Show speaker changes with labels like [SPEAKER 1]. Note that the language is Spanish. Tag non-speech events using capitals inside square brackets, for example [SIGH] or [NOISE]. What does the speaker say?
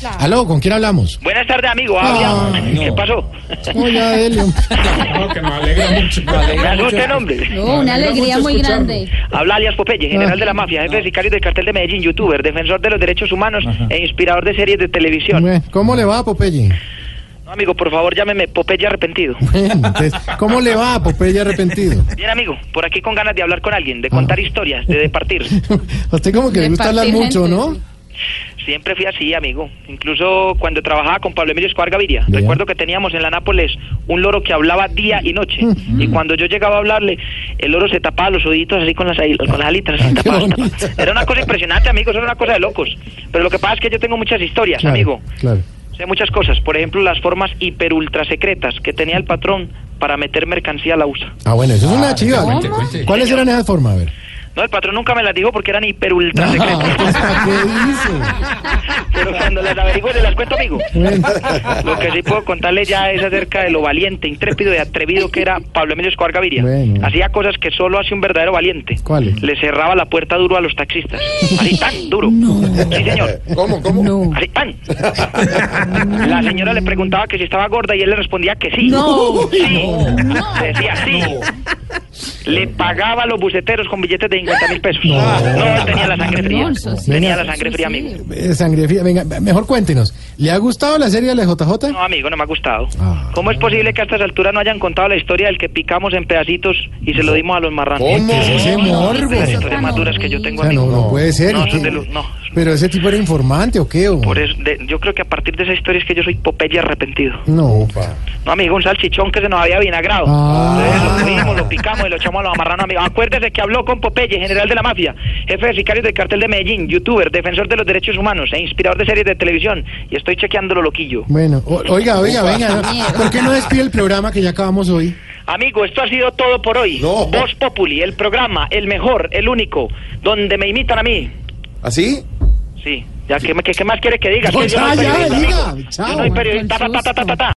[SPEAKER 1] Claro. Aló, ¿con quién hablamos?
[SPEAKER 2] Buenas tardes, amigo.
[SPEAKER 1] Ah,
[SPEAKER 2] Habla.
[SPEAKER 1] no. [LAUGHS]
[SPEAKER 2] ¿Qué pasó?
[SPEAKER 1] Hola, Delio.
[SPEAKER 3] No, que me alegra mucho. Me
[SPEAKER 2] Me asusta
[SPEAKER 3] alegra
[SPEAKER 2] el
[SPEAKER 3] mucho.
[SPEAKER 2] nombre.
[SPEAKER 4] No,
[SPEAKER 3] alegra
[SPEAKER 4] una alegría
[SPEAKER 3] mucho
[SPEAKER 4] muy
[SPEAKER 3] escucharlo.
[SPEAKER 4] grande.
[SPEAKER 2] Habla alias Popeye, general de la mafia, jefe de sicarios del cartel de Medellín, youtuber, defensor de los derechos humanos e inspirador de series de televisión.
[SPEAKER 1] Bueno, ¿Cómo le va, Popeye?
[SPEAKER 2] No, amigo, por favor, llámeme Popeye arrepentido.
[SPEAKER 1] Bueno, entonces, ¿Cómo le va, Popeye
[SPEAKER 2] [LAUGHS]
[SPEAKER 1] arrepentido?
[SPEAKER 2] Bien, amigo, por aquí con ganas de hablar con alguien,
[SPEAKER 1] Ah.
[SPEAKER 2] de contar historias,
[SPEAKER 1] [LAUGHS]
[SPEAKER 2] de departir.
[SPEAKER 1] A usted como que le gusta hablar
[SPEAKER 4] Repartir
[SPEAKER 1] mucho,
[SPEAKER 4] gente,
[SPEAKER 1] ¿no?
[SPEAKER 4] sí.
[SPEAKER 2] Siempre fui así, amigo. Incluso cuando trabajaba con Pablo Emilio Escobar Gaviria.
[SPEAKER 1] Vea.
[SPEAKER 2] Recuerdo que teníamos en la Nápoles un loro que hablaba día y noche. Y cuando yo llegaba a hablarle, el loro se tapaba los oíditos así con las, ahi- con las alitas. así,
[SPEAKER 1] Qué
[SPEAKER 2] tapaba, tapaba.
[SPEAKER 1] bonito.
[SPEAKER 2] Era una cosa impresionante, amigo. Eso era una cosa de locos. Pero lo que pasa es que yo tengo muchas historias,
[SPEAKER 1] Claro,
[SPEAKER 2] amigo.
[SPEAKER 1] Claro.
[SPEAKER 2] Sé muchas cosas. Por ejemplo, las formas hiper ultra secretas que tenía el patrón para meter mercancía a la USA.
[SPEAKER 1] Ah, bueno, eso es una chiva.
[SPEAKER 3] cuente, cuente.
[SPEAKER 1] ¿Cuáles eran esas formas? A ver.
[SPEAKER 2] No, el patrón nunca me las dijo porque eran hiper ultra
[SPEAKER 1] Ah, entonces,
[SPEAKER 2] secretas.
[SPEAKER 1] [LAUGHS]
[SPEAKER 2] [LAUGHS]
[SPEAKER 1] ¿para qué
[SPEAKER 2] Pero cuando las averigüe, se las cuento, amigo.
[SPEAKER 1] dice? Bueno,
[SPEAKER 2] Lo que sí puedo contarles ya es acerca de lo valiente, intrépido y atrevido que era Pablo Emilio Escobar Gaviria.
[SPEAKER 1] Bueno.
[SPEAKER 2] Hacía cosas que solo hace un verdadero valiente.
[SPEAKER 1] ¿Cuáles?
[SPEAKER 2] Le cerraba la puerta duro a los taxistas. Así tan duro. Sí, señor.
[SPEAKER 3] ¿Cómo, cómo?
[SPEAKER 4] No.
[SPEAKER 2] Así tan. La señora le preguntaba que si estaba gorda y él le respondía que sí.
[SPEAKER 4] No.
[SPEAKER 2] Sí. Le decía sí. Le pagaba a los buceteros con billetes de 50 mil pesos. No. él tenía la sangre fría.
[SPEAKER 4] No, eso sí.
[SPEAKER 2] tenía la
[SPEAKER 4] Eso
[SPEAKER 2] sangre fría,
[SPEAKER 4] sí.
[SPEAKER 2] amigo.
[SPEAKER 1] eh, sangre fría. Venga, mejor cuéntenos. ¿Le ha gustado la serie de la JJ?
[SPEAKER 2] No, amigo, no me ha gustado.
[SPEAKER 1] Ah.
[SPEAKER 2] ¿Cómo es posible que a estas alturas no hayan contado la historia del que picamos en pedacitos y se lo dimos a los marranos?
[SPEAKER 3] ¿Cómo?
[SPEAKER 1] ¿Qué es ese morbo?
[SPEAKER 2] Las
[SPEAKER 4] Eso
[SPEAKER 2] historias
[SPEAKER 4] tan
[SPEAKER 2] más duras que yo tengo,
[SPEAKER 1] O sea, no,
[SPEAKER 2] amigo.
[SPEAKER 1] no puede ser.
[SPEAKER 2] No,
[SPEAKER 1] ¿y
[SPEAKER 2] no,
[SPEAKER 1] qué?
[SPEAKER 2] de lu- no.
[SPEAKER 1] Pero ese tipo era informante o qué? o?
[SPEAKER 2] Por eso, de- yo creo que a partir de esa historia es que yo soy Popeye arrepentido.
[SPEAKER 1] No.
[SPEAKER 2] No, amigo, un salchichón que se nos había vinagrado.
[SPEAKER 1] Ah.
[SPEAKER 2] Entonces, lo cogimos, lo picamos y lo echamos a los marranos, amigo. Acuérdese que habló con Popeye, general de la mafia, jefe de sicarios del cartel de Medellín, youtuber, defensor de los derechos humanos e inspirador de series de televisión. Y estoy chequeándolo loquillo.
[SPEAKER 1] Bueno, o- oiga, oiga, venga. ¿no? ¿Por qué no despide el programa que ya acabamos hoy?
[SPEAKER 2] Amigo, esto ha sido todo por hoy.
[SPEAKER 5] No.
[SPEAKER 2] Voz Populi, el programa, el mejor, el único, donde me imitan a mí.
[SPEAKER 5] ¿Así?
[SPEAKER 2] Sí, ya que, ¿qué, qué más quieres que diga?
[SPEAKER 1] ¿Ah, No,
[SPEAKER 2] Que yo
[SPEAKER 1] ya,
[SPEAKER 2] soy
[SPEAKER 1] ya,
[SPEAKER 2] periodista,
[SPEAKER 1] diga.
[SPEAKER 2] amigo.
[SPEAKER 1] Chao.
[SPEAKER 2] Yo soy periodista.
[SPEAKER 4] Con
[SPEAKER 2] Ta, ta, ta, ta, ta, ta.